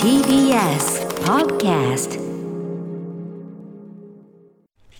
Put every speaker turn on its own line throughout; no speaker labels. TBS Podcast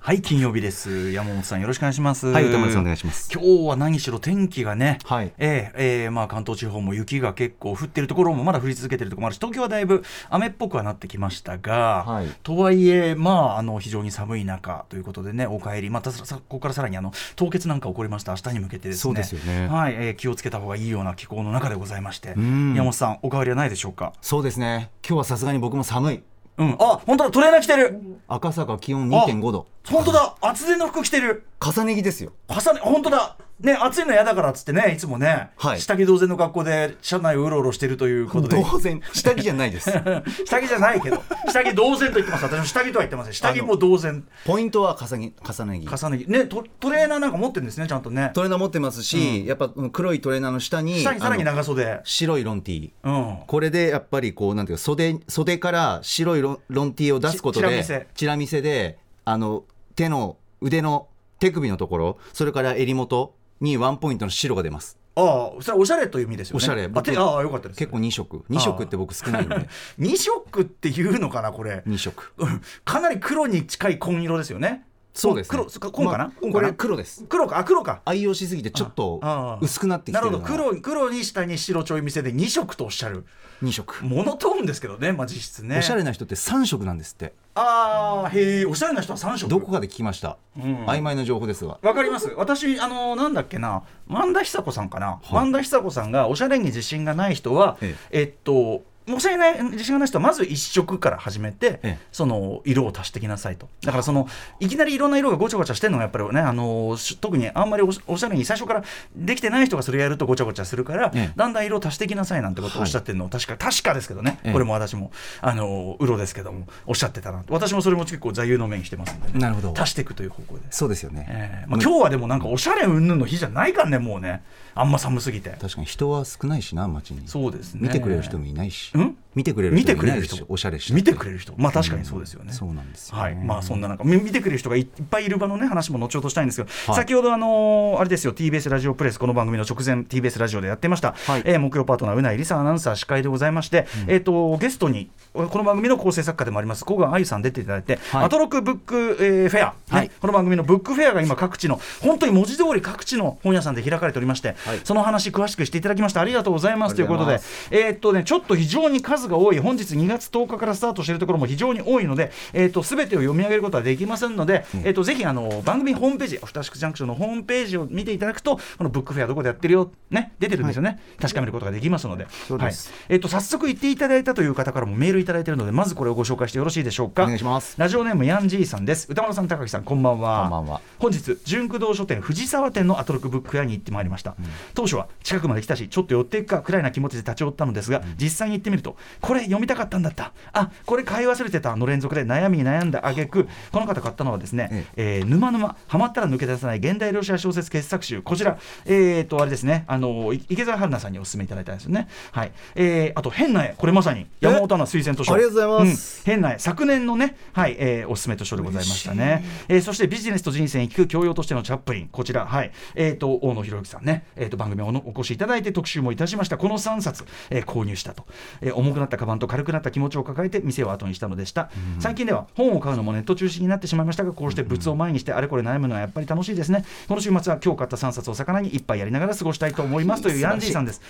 はい、金曜日です。山本さん、よろしくお願いします。
はい歌丸さんお願いします
今日は何しろ天気がね、
はい
ええええまあ、関東地方も雪が結構降ってるところもまだ降り続けてるところもあるし、東京はだいぶ雨っぽくはなってきましたが、
はい
とはいえ、まあ、あの非常に寒い中ということでね、お帰り、またささここからさらにあの凍結なんか起こりました、明日に向けてですね、
そうですよね
はいええ気をつけた方がいいような気候の中でございまして、
ん
山本さん、お変わりはないでしょうか。
そうですね。今日はさすがに僕も寒い。
うん、あ本当だ、トレーナー着てる、
赤坂気温2.5度。
本当 だ、厚手の服着てる。
重ね着ですよ。
重ね本当だね暑いの嫌だからっつってねいつもね、
はい
下着同然の格好で車内をうろうろしてるということで
当然下着じゃない です。
下着じゃないけど下着同然と言ってます私も下着とは言ってません下着も同然
ポイントは重ね重ね着。
重ね着ねトトレーナーなんか持ってるんですねちゃんとね
トレーナー持ってますし、やっぱうん黒いトレーナーの下に
下にさらに
あの
長袖
白いロンティー。
うん
これでやっぱりこうなんていうか袖袖から白いロンロンティーを出すこと
ち
で
チラ見せ
チラ見せであの手の腕の手首のところそれから襟元にワンポイントの白が出ます
ああそれおしゃれという意味ですよね
おしゃれ
あてああよかったです
結構2色2色って僕少ないん で
2色っていうのかなこれ
2色
うんかなり黒に近い紺色ですよね
そうですね、
黒そっか紺かな、
まあ
紺か
こ
な
れ黒です
黒かあ黒か
愛用しすぎてちょっと
ああ
薄くなってき
な
てる
るほど
な黒
黒黒に下に白ちょい店で2色とおっしゃる
2色、
モノトーンですけどね、まあ、実質ね
おしゃれな人って3色なんですって
ああへえおしゃれな人は3色
どこかで聞きました、
ん
曖昧な情報ですが
わかります私あのなんだっけな萬田久子さんかな、萬田久子さんがおしゃれに自信がない人はえ
え
っとおしゃれない自信がない人はまず1色から始めて、
ええ
その色を足してきなさいとだからそのいきなりいろんな色がごちゃごちゃしてるのがやっぱりねあのし特にあんまりおしおしゃれに最初からできてない人がそれやるとごちゃごちゃするから、
ええ
だんだん色を足してきなさいなんてことをおっしゃってるのを確か、確かですけどね、
ええ
これも私もあのうろですけどもおっしゃってたなと私もそれも結構座右の銘にしてますんで、ね、
なるほど
足していくという方向で
そうですよね、
ええまあ、今日はでもなんかおしゃれ云々の日じゃないからねもうねあんま寒すぎて
確かに人は少ないしな街に
そうですね
見てくれる人もいないし、
うん
見てくれる
見て
人も
く
い
れ
ない
る
でし
人
ょおしゃれして
見てくれる人まあ確かにそうですよね、
そうなんですよ、ね
はいまあ、そんな中み見てくれる人がいっぱいいる場の、ね、話も後ほどしたいんですが、
はい
先ほど、あのーあれですよ TBS ラジオプレスこの番組の直前 TBS ラジオでやってました、
はい
えー木曜パートナーうないりさアナウンサー司会でございまして、えー、とゲストにこの番組の構成作家でもあります古賀愛さん出ていただいて、
はい
アトロクブック、えーフェア、ね
はい
この番組のブックフェアが今各地の本当に文字通り各地の本屋さんで開かれておりまして、
はい
その話詳しくしていただきましたありがとうございますと
あ
い
り
う
が
こと
うござい
で
ます
えーっとね、ちょっと非常に数が多い、本日2月10日からスタートしているところも非常に多いので、えーっと全てを読み上げることはできませんので、えーっとぜひあの番組ホームページ、アフターシックスジャンクションのホームページを見ていただくと、このブックフェアどこでやってるよ、ね、出てるんですよね、確かめることができますので、
そうです
はいえーっと早速言っていただいたという方からもメールいただいているので、まずこれをご紹介してよろしいでしょうか。
お願いします
ラジオネームヤンジーさんです。歌丸さん、高木さん、こんばんは。
こんばんは
本日純駆動書店藤沢店のアトロックブックフェアに行ってまいりました、当初は近くまで来たしちょっと寄っていくかくらいな気持ちで立ち寄ったのですが、実際に行ってみるとこれ読みたかったんだったあこれ買い忘れてたの連続で悩みに悩んだ挙句この方買ったのはですね「えー沼沼ハマったら抜け出さない現代ロシア小説傑作集」こちらえっとあれですねあのい池澤春菜さんにお勧めいただいたんですよねはい、えーあと変な絵これまさに山本アナ推薦図書
ありがとうございます
ん変な絵昨年のねはい、えーおすすめ図書でございましたねえーそしてビジネスと人生に聞く教養としてのチャップリン、こちら、はいえー、と大野博之さんね、えー、と番組おのお越しいただいて特集もいたしました、この3冊、えー購入したと、えー重くなったカバンと軽くなった気持ちを抱えて店を後にしたのでした、最近では本を買うのもネット中心になってしまいましたが、こうして物を前にしてあれこれ悩むのはやっぱり楽しいですね、この週末は今日買った3冊を魚に一杯やりながら過ごしたいと思いますというヤンジーさんです。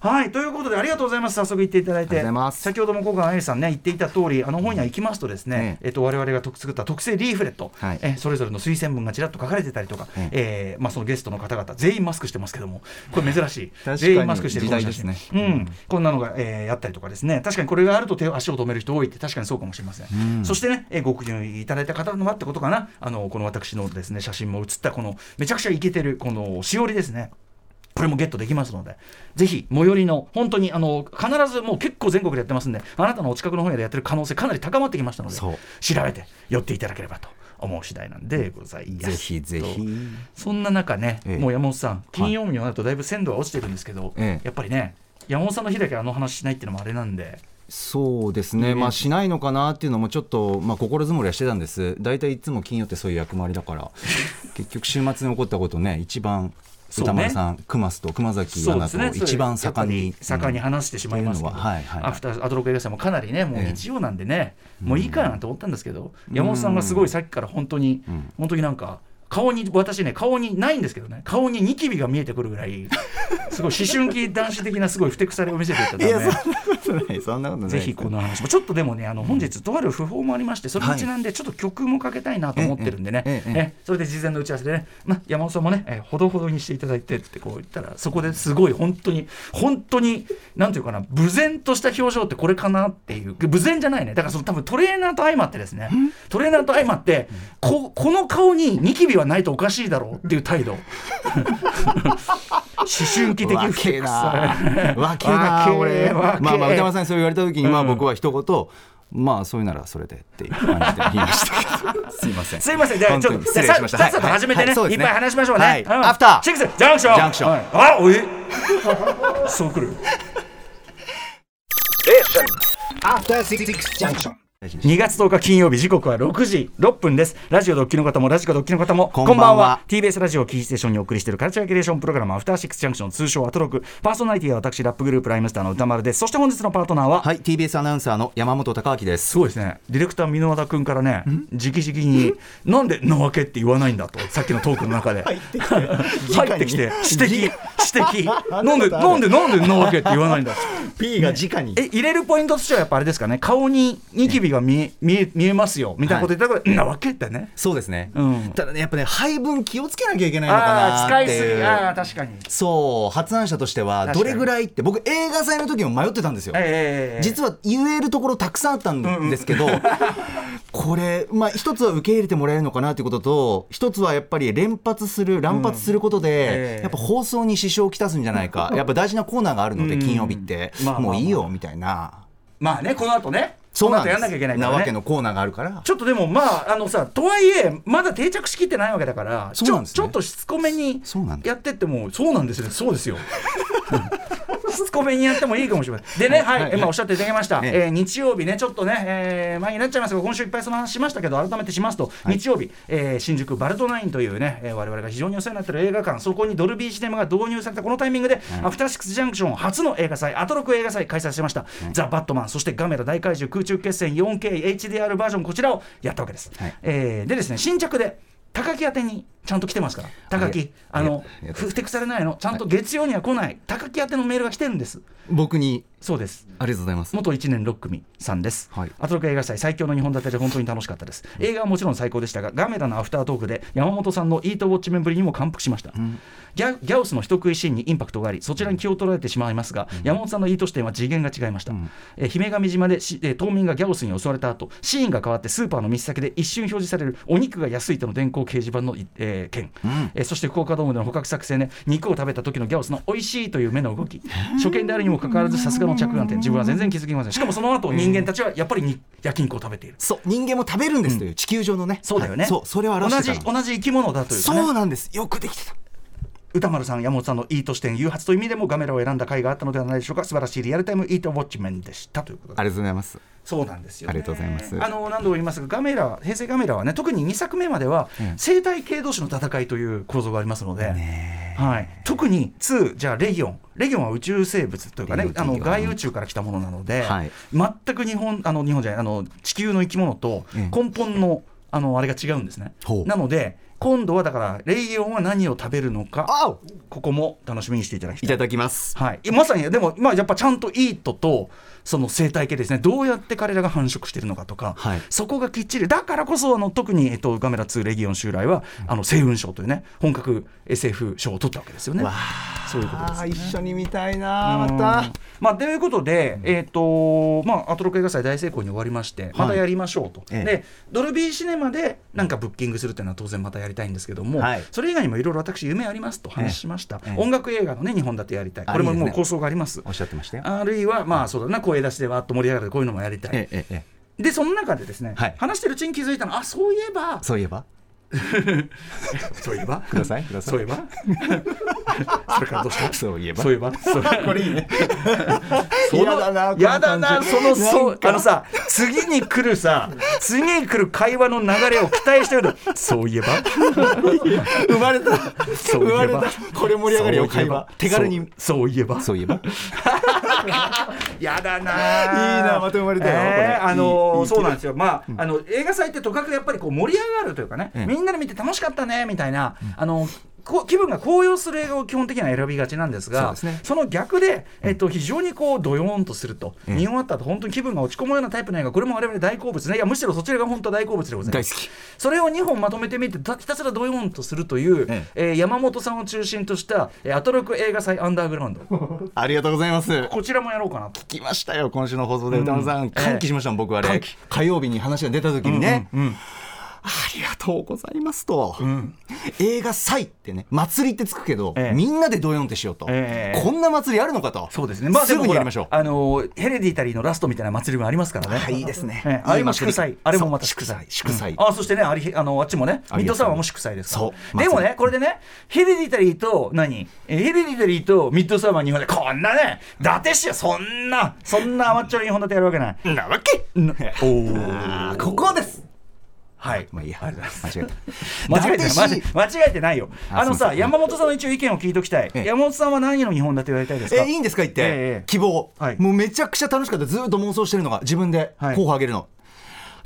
はいということでありがとうございます早速行っていただい
あ
て
りがとうございます
先ほども小川愛さんね言っていた通りあの本屋行きますとですね
え、
えっと我々が特作った特製リーフレット、
はい
えそれぞれの推薦文がちらっと書かれてたりとか、
え
えーまあ、そのゲストの方々全員マスクしてますけどもこれ珍しい
かに
全員マスクしてるこの写
時
真
代ですね
うんこんなのが、えーやったりとかですね確かにこれがあると手を足を止める人多いって確かにそうかもしれません、そしてね、えーご記入いただいた方のはってことかなあのこの私のですね写真も写ったこのめちゃくちゃイケてるこのしおりですねこれもゲットできますので、ぜひ最寄りの、本当にあの必ずもう結構全国でやってますんで、あなたのお近くの本屋でやってる可能性、かなり高まってきましたので、
そ
調
う
べて寄っていただければと思う次第なんでございます。
ぜひぜひ
そんな中ね、
ええ
もう山本さん、金曜日になるとだいぶ鮮度は落ちてるんですけど、
ええ
やっぱりね、山本さんの日だけあの話しないっていうのもあれなんで、
そうですね、まあ、しないのかなっていうのもちょっと、まあ、心づもりはしてたん です大体いつも金曜ってそういう役回りだから結局週末に起こったことね一番
そうね
歌丸さん、熊須と熊崎ア
そうで
ナ
す
と
ね
一番盛んに、
やっぱり盛んに話してしまいますけど、
というのははいはい
アフターアトロック映画祭もかなりねもう
ええ
日曜なんでね、もういいかなと思ったんですけど、山本さんがすごいさっきから本当に、
ん
本当になんか顔に私ね顔にないんですけどね顔にニキビが見えてくるぐらいすごい思春期男子的なすごいふてくされを見せていた
いや
ため
そんなことないそんなことない
ぜひこの話もちょっとでもねあの本日とある訃報もありましてそれにちなんでちょっと曲もかけたいなと思ってるんでね、
ええええ
えそれで事前の打ち合わせでね、まあ、山本さんもね、えほどほどにしていただいてってこう言ったらそこですごい本当に本当になんていうかな無然とした表情ってこれかなっていう無然じゃないねだからその多分トレーナーと相まってですねトレーナーと相まってここの顔にニキビはないとおかしいだろうっていう 態度思春期的
わ
不
け
適
な
さ
わけな俺
わけ
まあまあ
わけ
歌丸さんにそう言われた時に、まあ
うん
僕は一言まあそういうならそれでっていう感じで言いましたけどすいませ ん
すいません、じゃあ、
本
ち
当
ょっ
に
と、
失
ささ
礼しま
っ
した
さと始めてね、
はいはいそう
い
で
っ
す
ぱい話しましょうね。
はい
うん
アフター
シックス、ジャンクション。
ジャンクション
はいあ、おい。そうくる。
After Six Junction.
2月10日金曜日時刻は6時6分ですラジオドッキリの方もラジコドッキリの方も
こんばんは
TBS ラジオキーステーションにお送りしているカルチャーキュレーションプログラムアフターシックスジャンクション通称アトロクパーソナリティは私ラップグループライムスターの歌丸ですそして本日のパートナーは、
はい TBS アナウンサーの山本貴明です
すごいですねディレクター箕輪田君からね直々 に「なんでなわけ?」って言わないんだとさっきのトークの中で入ってきて 入ってきて指摘 指摘なんでなんでなんでなわけって言わないんだ
P が直に
え入れるポイントとしてはやっぱあれですかね顔にニキビが見え見え見えますよみたいなこと言ったから「んなわけ?」ってね
そうですね、
うん
ただねやっぱね配分気をつけなきゃいけないのか
ああ
な
ー
っ
使い
て
す
いう
ぎああ確かに
そう発案者としては
確
ど
かに
れぐらいって僕映画祭の時も迷ってたんですよ、
ええ
実は言えるところたくさんあったんですけど、 これ、まあ、一つは受け入れてもらえるのかなということと一つはやっぱり連発する乱発することで、
ええ
やっぱ放送に支障をきたすんじゃな いかやっぱ大事なコーナーがあるので、
うん
金曜日って、
まあまあまあ
もういいよみたいな
まあねこの後ね
そ
こ
う
の
なん
後
で
や
す
んなきゃいけないか
な
ら
わ
ね
けのコーナーがあるから
ちょっとでもまああのさとはいえまだ定着しきってないわけだから
そうなんですね
ちょちょっとしつこめに
そうなんだ
やってってもそうなんですよそうですよしつこめにやってもいいかもしれないでねはい、
はい
えまあおっしゃっていただきました、
え
えー日曜日ねちょっとね、えー前になっちゃいますが今週いっぱいその話しましたけど改めてしますと、日曜日、えー新宿バルトナインというね、えー我々が非常にお世話になっている映画館そこにドルビーシネマが導入されたこのタイミングで、アフターシックスジャンクション初の映画祭アトロク映画祭開催しました、ザ・バットマンそしてガメラ大怪獣空中決戦 4KHDR バージョンこちらをやったわけです、
はい
えーでですね新着で高木宛てにちゃんと来てますから高
あ
木
り
あの
ありがとうございます
ふふてくされないのちゃんと月曜には来ない高木宛てのメールが来てるんです
僕に
そうです
ありがとうございます
元1年6組さんです、
はい
アトロック映画祭最強の2本立てで本当に楽しかったです映画はもちろん最高でしたがガメラのアフタートークで山本さんのイートウォッチメンぶりにも感服しました、ギャギャオスの人食いシーンにインパクトがありそちらに気を取られてしまいますが、山本さんのイート視点は次元が違いました、えー姫神島でし、えー島民がギャオスに襲われた後シーンが変わってスーパーの店先で一瞬表示されるお肉が安いとの電光掲示板のい、えー件、えーそして福岡ドームでの捕獲作戦で肉を食べた時のギャオスの美味しいという目の動き初見であるにもかかわらずさすがの着眼点自分は全然気づきませんしかもその後人間たちはやっぱりに焼肉を食べている
そう人間も食べるんですという、地球上のね
そうだよね、
はいそうそれを表
同
して
じ
たの
同じ生き物だというか、ね、
そうなんですよくできてた
歌丸さん、山本さんのいいと視点、誘発という意味でもガメラを選んだ回があったのではないでしょうか、素晴らしいリアルタイムイートウォッチメンでしたということで
ありがとうございます
そうなんですよ、ね、
ありがとうございます
あの何度も言いますが、ガメラ、平成ガメラはね、特に2作目までは、生態系同士の戦いという構造がありますので。はい、特に2じゃあレギオンレギオンは宇宙生物というかね
レギオ
あ
ン
の
レギオン
外宇宙から来たものなので、
はい
全く日本あの日本じゃないあの地球の生き物と
ええ
根本のあのあれが違うんですね
ほう
なので今度はだからレギオンは何を食べるのか
あお
ここも楽しみにしていただきた
い
い
ただきます
はい、まさにでも、まあ、やっぱちゃんとイートとその生態系ですねどうやって彼らが繁殖してるのかとか、
はい
そこがきっちりだからこそあの特に、えっと、ガメラ2レギオン襲来はあの星雲賞というね本格 SF 賞を取ったわけですよね。そういうことです
あー一緒に見たいな
うんまあ、ということで、えーとまあ、アトロック映画祭大成功に終わりまして、またやりましょうと、
ええ
でドルビーシネマでなんかブッキングするっていうのは当然またやりたいんですけども、
はい
それ以外にもいろいろ私、夢ありますと話しました、
ええええ
音楽映画の、ね、日本立てやりたい、
あ
これも
いい
も
です
う
ね
構想があります。
おっしゃってましたよ
あるいは、まあそうだな、声出しでわーっと盛り上がるこういうのもやりたい、
ええええ
でその中でですね、
はい
話してるうちに気づいたの、あそう いえば、
そういえば
そういえば、
くださいください
そういえばそれからどうした
そういえば
そういえばそれ
これいい ね。
その
嫌だなこの感じ
やだなそのそ
なん
う
か
あのさ次に来るさ次に来る会話の流れを期待してるそういえば
生まれた
そ
生
ういえば
まれたこ れ盛り上がりよ会話手軽に
そうそういえば
そういえば
やだな。
いいなまた生まれたよこれ
えーあの
いいい
ー
い
そうなんですよ。まあ、あの映画祭ってとかくやっぱりこう盛り上がるというかね、みんなで見て楽しかったねみたいな、あの。こう気分が高揚する映画を基本的には選びがちなんです
そう
が
ですね
の逆で、えっと、非常にこうどよーんとすると、見終わった後本当に気分が落ち込むようなタイプの映画これも我々大好物ねいやむしろそちらが本当は大好物でございま
大
す
好き
それを2本まとめてみてたひたすらどよーんとするという、
え
えー山本さんを中心とした、えーアトロク映画祭アンダーグラウンド
ありがとうございます
こちらもやろうかなと。
来ましたよ今週の放送で歌丸さん歓喜しましたもん僕あ
歓
れ
喜
火曜日に話が出た時にね
うんうん
ありがとうございますと、映画祭ってね祭りってつくけど、
ええ
みんなでどよんってしようと、
ええ
こんな祭りあるのかと
そうですね。
すぐにやりましょう
でもほらあのーヘレディタリーのラストみたいな祭りもありますからね。
あいいですね
ええあれも祝
いい祭
祭
り、
あれもまた
そう
祝祭。
祝祭祝祭
うんあ、そしてね、ありあのあっちもね、
ありがとう
ミッドサマーも祝祭ですから。
そう
でも
祭
ね、これでね、ヘレディタリーと何？えヘレディタリーとミッドサマー日本でこんなね、伊達氏はそんなそんなアマチュアの日本だとやるわけない。
なわけ
なお
あ
ー
ーここです
はい。
まあいいや
ありがとうございます。
間違えた
間違えてない
伊達氏
間違間違えてないよ。
あ
あの
そう
さ、
そう
山本さんの一応意見を聞いときたい。
ええ
山本さんは何の日本だと言われたいですか？
えいいんですか言って、
ええええ
希望、
はい
もうめちゃくちゃ楽しかったずーっと妄想してるのが自分で
はい
候補あげるの、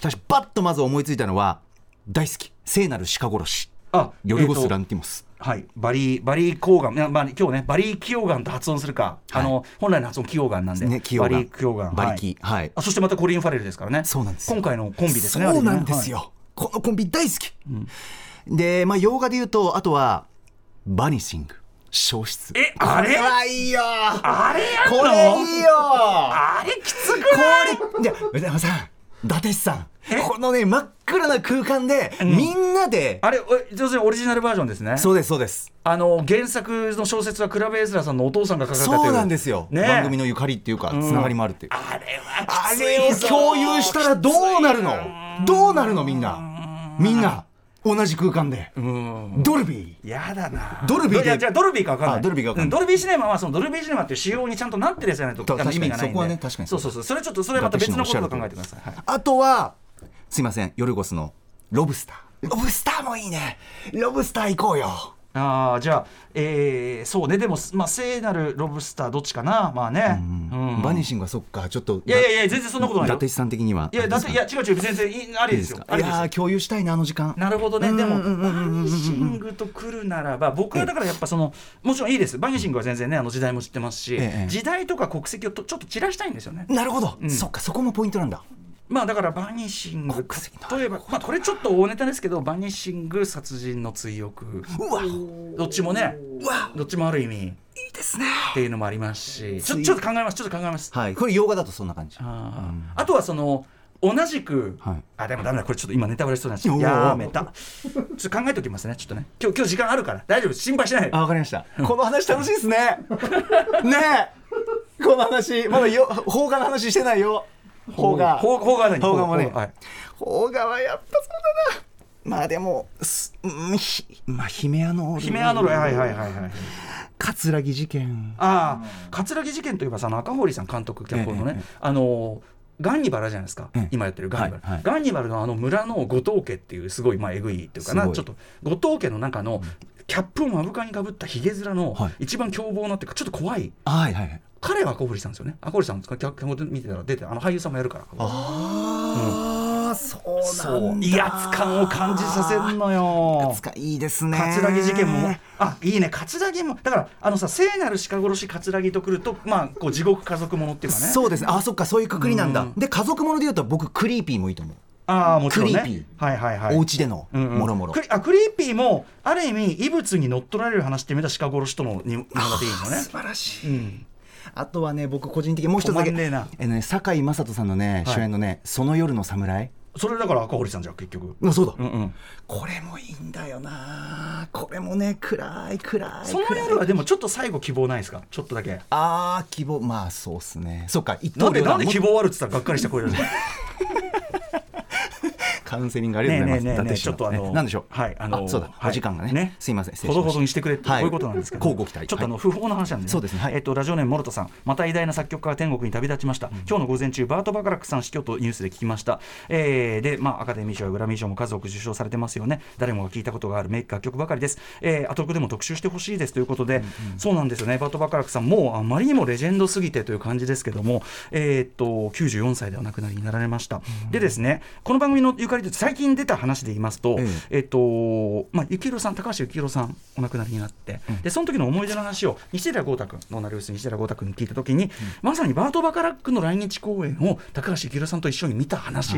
私バッとまず思いついたのは大好き聖なる鹿殺し
あ
ヨルゴ
えー
ス・
と
ランティモス、
はい、バリー、バリーコーガン、いやまあ、今日ね、バリーキオガンと発音するか、
はい
あの、本来の発音キオガンなんで。
ねキオガン
バリーキオガン。
バリキはい
あ、そしてまたコリンファレルですからね。
そうなんですよ
今回のコンビですね。
そうなんです
よ。
よ、このコンビ大好き、でまあ洋画で言うとあとはバニシング消失
えあれ
こはいいよ
あれやんの
これいいよ
あれきつく
こ
ない。
れじゃあ宇多山さん伊達さんこのね真っ暗な空間で、みんなで
あれ、お要するにオリジナルバージョンですね。
そうですそうです
あの、原作の小説はクラベエズラさんのお父さんが書かれたという
そうなんですよ、
ね。
番組のゆかりっていうかつながりもあるっていう、
あれは
あ
きつい
れを
ぞ
共有したらどうなるのどうなるのみんなみんな同じ空間でドルビー
やだな
ドルビーで
じゃじゃあドルビーか分かんない
あドルビーか分かんない
うんドルビーシネマはそのドルビーシネマっていう仕様にちゃんとなってるやつじゃないと
と
あの意味がないんで
確かにそこはね確かに
そうそうそうそれちょっとそれはまた別のことを考えてください、はい
あとはすいませんヨルゴスのロブスターロブスターもいいねロブスター行こうよ
あーじゃあ、えー、そうねでも、まあ、聖なるロブスターどっちかなまあね、うん
バニシングはそっかちょっと
いやいやいや全然そんなことない
伊
よ
達さん的にはい
やだっていや違う違う全然いいあ
い
りで
いですす
よ
か
あ
い
りです
やー共有したいなあの時間
なるほどね、でも、
うん
バニシングと来るならば、僕はだからやっぱその、もちろんいいです、バニシングは全然ね、あの時代も知ってますし、
ええ
時代とか国籍をとちょっと散らしたいんですよね。
なるほど、
ん
そっかそこもポイントなんだ
まあだからバニシング
国籍の
例えば、まあ、これちょっと大ネタですけどバニシング殺人の追憶
うわ
どっちもねどっちもある意味
いいですね
っていうのもありますしちょ
追憶
ちょっと考えますちょっと考えます
はいこれ洋画だとそんな感じ
あ,、あとはその同じく、
はい
あでもダメだこれちょっと今ネタバレしそうなん
おー
やめたちょっと考えておきますねちょっとね今日今日時間あるから大丈夫心配しないで
あ、わかりました。この話楽しいです ね。ねえ。この話、まだよ、邦画の話してないよ。邦画。
ほうほうが何
邦画もね
ほう。はい
邦画はやっぱそうだな。まあでも、すうんひ、まあ、姫アノール。
姫アノロはいはいはいはい
葛城事件。
ああ、葛城事件といえばさ、中堀さん監督脚本のね、あのー。ガンニバラじゃないですか、
ええ
今やってるガンニバル、
はいはい
ガンニバルのあの村の後藤家っていうすごいまあえぐいっていうかな
すごい
ちょっと後藤家の中のキャップを目深にかぶったひげ面の
はい
一番凶暴なっていうかちょっと怖い
はいはいはい。
彼は赤堀さんですよね赤堀さん脚脚本見てたら出てあの俳優さんもやるから
ああ、そう
そう威圧感を感じさせるのよ
つか、いいですね。
葛城事件もあいいね葛城もだからあのさ聖なる鹿殺し葛城とくるとまあこう地獄家族ものっていうかね
そうですね。あ、そっか、そういうくくりなんだ。で、家族もので言うと、僕、クリーピーもいいと思う。
ああもちろんね
クリーピ
はいはいはい
お家での、
うんうん
もろもろ
ク。リあクリーピーもある意味異物に乗っ取られる話って見た鹿殺しとのに物語いいのね
素晴らしい。
うん
あとはね僕個人的にもう一つだけ
止まんねえな
えのね堺井雅人さんのね、
はい
主演のね「その夜の侍
それだから赤堀さんじゃん結局」
あそうだ、
うんうん
これもいいんだよなこれもね暗い暗い
その
暗い
夜はでもちょっと最後希望ないですかちょっとだけ
あー希望まあそうっすねそっか一
な
刀
んで
両
な
断
んで希望あるっつったらがっかりした声だね
カウンセリングありがとうございます。
ねえねえねえねえ
伊達市
ちょっとあの
なんでしょう。
はいあ
あ
の
そうだ。
はい
お時間がね。
ね
すいません。失
ほ
礼
ど
ま
ほどにしてくれって、
はい
こういうことなんですけど、
乞うご期待
ちょっとあの
はい
不法の話なんで、ね
そうですねはい
えっとラジオネームもろとさん、また偉大な作曲家が天国に旅立ちました。今日の午前中バートバカラックさん死去とニュースで聞きました。えーでまあアカデミー賞やグラミー賞も数多く受賞されてますよね。誰もが聞いたことがある名楽曲ばかりです。えー、アトロクでも特集してほしいですということで、そうなんですよね。バートバカラックさんもうあまりにもレジェンドすぎてという感じですけども、えーっと94歳でお亡くなりになられました。でですね、この番組のゆかりと最近出た話で言いますと、
ええ
えっとまあ、幸宏さん高橋幸宏さんお亡くなりになって、でその時の思い出の話を西寺豪太君ノーナリウス西寺豪太君に聞いた時に、まさにバート・バカラックの来日公演を高橋幸宏さんと一緒に見た話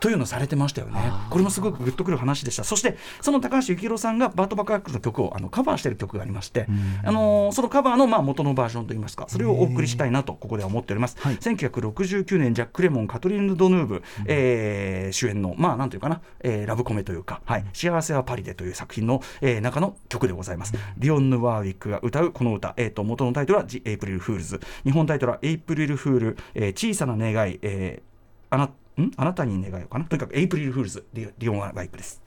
というのをされてましたよねこれもすごくグッとくる話でしたそしてその高橋幸宏さんがバート・バカラックの曲をあのカバーしてる曲がありまして、あのーそのカバーのまあ元のバージョンといいますかそれをお送りしたいなとここでは思っております、1969年ジャック・レモンカトリーヌ・ドヌーブ、えー主演のまあなんていうかな、えーラブコメというか、はい「幸せはパリで」という作品の、えー中の曲でございますディオン・ヌ・ワーウィックが歌うこの歌、えー、と元のタイトルは「ジ・エイプリル・フールズ」日本タイトルは「エイプリル・フール、えー小さな願い、えーあなんあなたに願いをかなとにかく「エイプリル・フールズ」ディディオン・ワーウィックです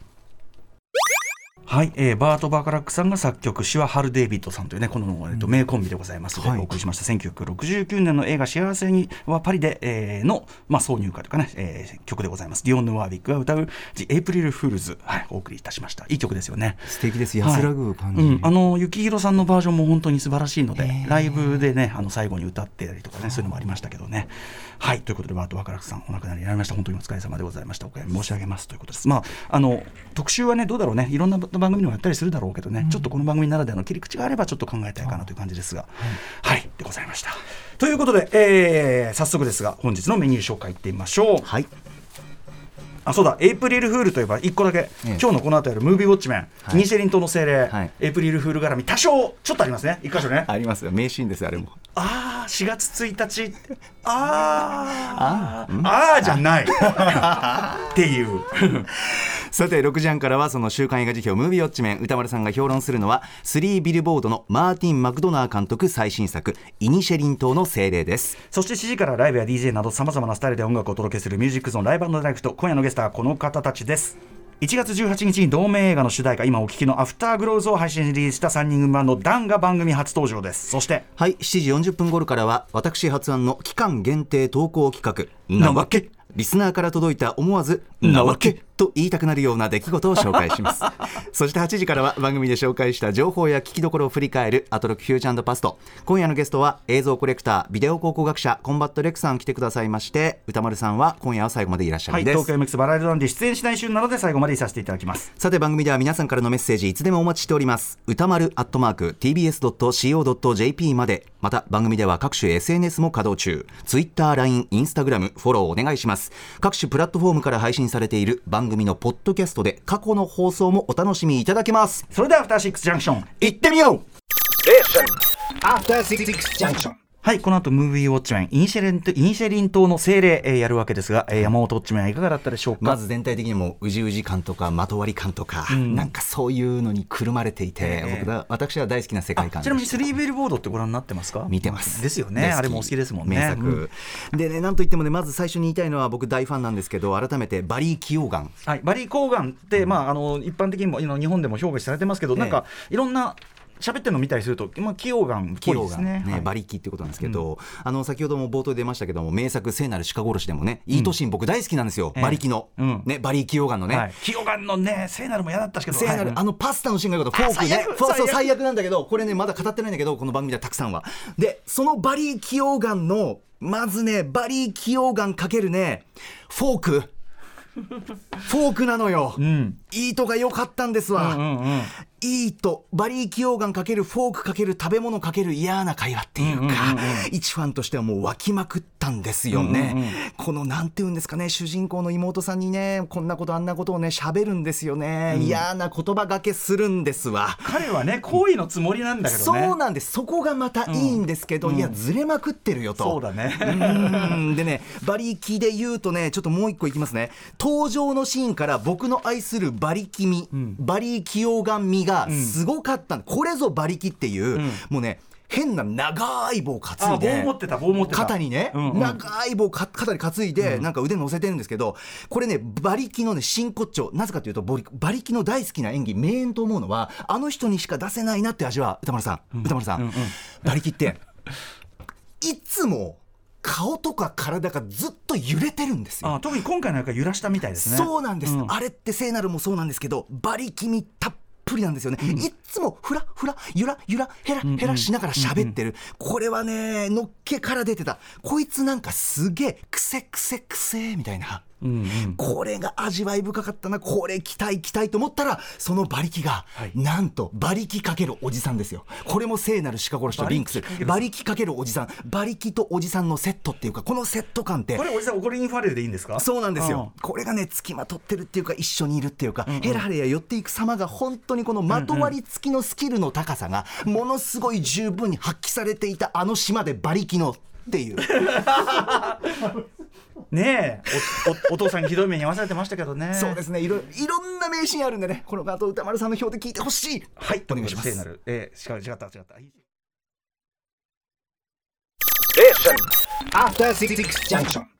はい、えーバート・バカラックさんが作曲詩はハル・デイビッドさんというねこの、えっと名コンビでございますので、
はい
お送りしました1969年の映画「幸せにはパリで」えーの、まあ、挿入歌というかね、えー曲でございますディオン・ヌ・ワービックが歌う「The April Fools」はいお送りいたしましたいい曲ですよね
素敵です。
はい
安らぐ感じ。
うん、あの幸宏さんのバージョンも本当に素晴らしいので、ライブでねあの最後に歌ってたりとかねそういうのもありましたけどねはいということでバート・ワカラクさんお亡くなりになりました本当にお疲れ様でございましたお悔やみ申し上げますということですまああの特集はねどうだろうねいろんな番組にもやったりするだろうけどね、ちょっとこの番組ならではの切り口があればちょっと考えたいかなという感じですがはい、でございましたということで、えー早速ですが本日のメニュー紹介いってみましょう
はい。
あそうだエイプリルフールといえば1個だけ、
ええ
今日のこの後やるムービーウォッチメン、
い
ニシェリン島の精霊、
はい
エイプリルフール絡み多少ちょっとありますね1箇所ね、
ありますよ。名シーンですよあれも。
ああ4月1日あーあーあーじゃないっていう
さて6時半からはその週刊映画辞表ムービーウォッチメン歌丸さんが評論するのは3ビルボードのマーティン・マクドナー監督最新作「イニシェリン島の精霊」です
そして7時からライブや DJ などさまざまなスタイルで音楽をお届けするミュージックゾーンライブライフと今夜のゲストはこの方たちです。1月18日に同名映画の主題歌今お聴きの「アフターグローズ」を配信リリースした3人組バンドダンが番組初登場ですそして
はい7時40分頃からは私発案の期間限定投稿企画「なわけ」リスナーから届いた思わず「なわけ」と言いたくなるような出来事を紹介します そして8時からは番組で紹介した情報や聞きどころを振り返る「アトロックフューチャーパスト」今夜のゲストは映像コレクタービデオ考古学者コンバットレックさん来てくださいまして歌丸さんは今夜は最後までいらっしゃ
は
る
い、
んです、
東京 MX バラエティランで出演しない週なので最後までいさせていただきます
さて番組では皆さんからのメッセージいつでもお待ちしております歌丸アットマーク tbs.co.jp までまた番組では各種 SNS も稼働中 TwitterLINE、Instagram フォローお願いします各種プラットフォームから配信されている番組のポッドキャストで過去の放送もお楽しみいただけます
それでは「アフターシックスジャンクション」
行ってみよう
After Six Junction.
はい、この後、ムービーウォッチメン、イニシェリンイニシェリン島の精霊、えーやるわけですが、えー山本ウォッチメンはいかがだったでしょうか、
まず全体的にもうじうじ感とかまとわり感とか、なんかそういうのにくるまれていて、
ええ
僕だ私は大好きな世界観
あちなみに、
でし
ス
た
リービルボードってご覧になってますか
見てます
ですよね。あれもお好きですもんね。
名作、でねなんといってもねまず最初に言いたいのは僕大ファンなんですけど改めてバリー・キオーガン
はい、バリー・コーガンって、まあ、あの一般的にも今日本でも評価されてますけど、
ええ
なんかいろんな喋ってるの見たりすると、まあ、キオーガンっぽ
キ
いで
オーガ
す
ン、ね
ね。はい
バリキってことなんですけど、あの先ほども冒頭で出ましたけども名作「聖なる鹿殺し」でもね、イートシーン僕大好きなんですよ、
ええ
バリキの、
うん
ね、バリー・キオーガンのね、
はいキオーガンのね、聖なるも嫌だったしけど、
聖なる、
はい
あのパスタのシーンがよかったフォーク
あ
ね
最悪
そうそ
最
う
悪
最悪なんだけどこれねまだ語ってないんだけどこの番組ではたくさんはでそのバリー・キオーガンのまずねバリー・キオーガンかけるねフォークフォークなのよ、
うん
イートが良かったんですわ、
うんうん
イートバリー・キオーガンかけるフォークかける食べ物かける嫌な会話っていうか、一ファンとしてはもう湧きまくったんですよね、このなんて言うんですかね主人公の妹さんにねこんなことあんなことをね喋るんですよね、嫌な言葉がけするんですわ。
彼はね、好意のつもりなんだけどね。
そうなんですそこがまたいいんですけど、いやずれまくってるよと
そうだね
うーんでね馬力で言うとねちょっともう一個いきますね登場のシーンから僕の愛する馬力み、馬力オガンみがすごかった、これぞ馬力っていう、もうね変な長い棒を担いで
あ棒持ってた棒持ってた
肩にね、
うんうん
長い棒か肩に担いで、なんか腕乗せてるんですけどこれね馬力のね真骨頂なぜかというとボリ馬力の大好きな演技名演と思うのはあの人にしか出せないなって味は歌丸さん歌丸さん、
うんうん
馬力っていつも顔とか体がずっと揺れてるんですよ
あ特に今回なんか揺らしたみたいですね
そうなんです、
うん
あれって聖なるもそうなんですけど馬力みたっぷりなんですよね、いっつもふらふらゆらゆらへらへらしながら喋ってる、これはねのっけから出てたこいつなんかすげえくせくせくせみたいな、
うんうん
これが味わい深かったなこれ期待期待と思ったらその馬力が、
はい
なんと馬力かけるおじさんですよこれも聖なる鹿殺しとリンクする馬力かけるおじさん馬力とおじさんのセットっていうかこのセット感って
これおじさん怒りインファレルでいいんですか
そうなんですよ、これがねつきまとってるっていうか一緒にいるっていうか、ヘラヘラ寄っていく様が本当にこのまとわりつきのスキルの高さがものすごい十分に発揮されていたあの島で馬力のってい
う
う
んねえおお お父さんにひどい目に遭わされてましたけどね
そうですねいろいろんな名シーンあるんでねこの後歌丸さんの表で聞いてほしい
はい
お願いしま
聖な
す
るえーしかも違った違った
Station. After Six Junction.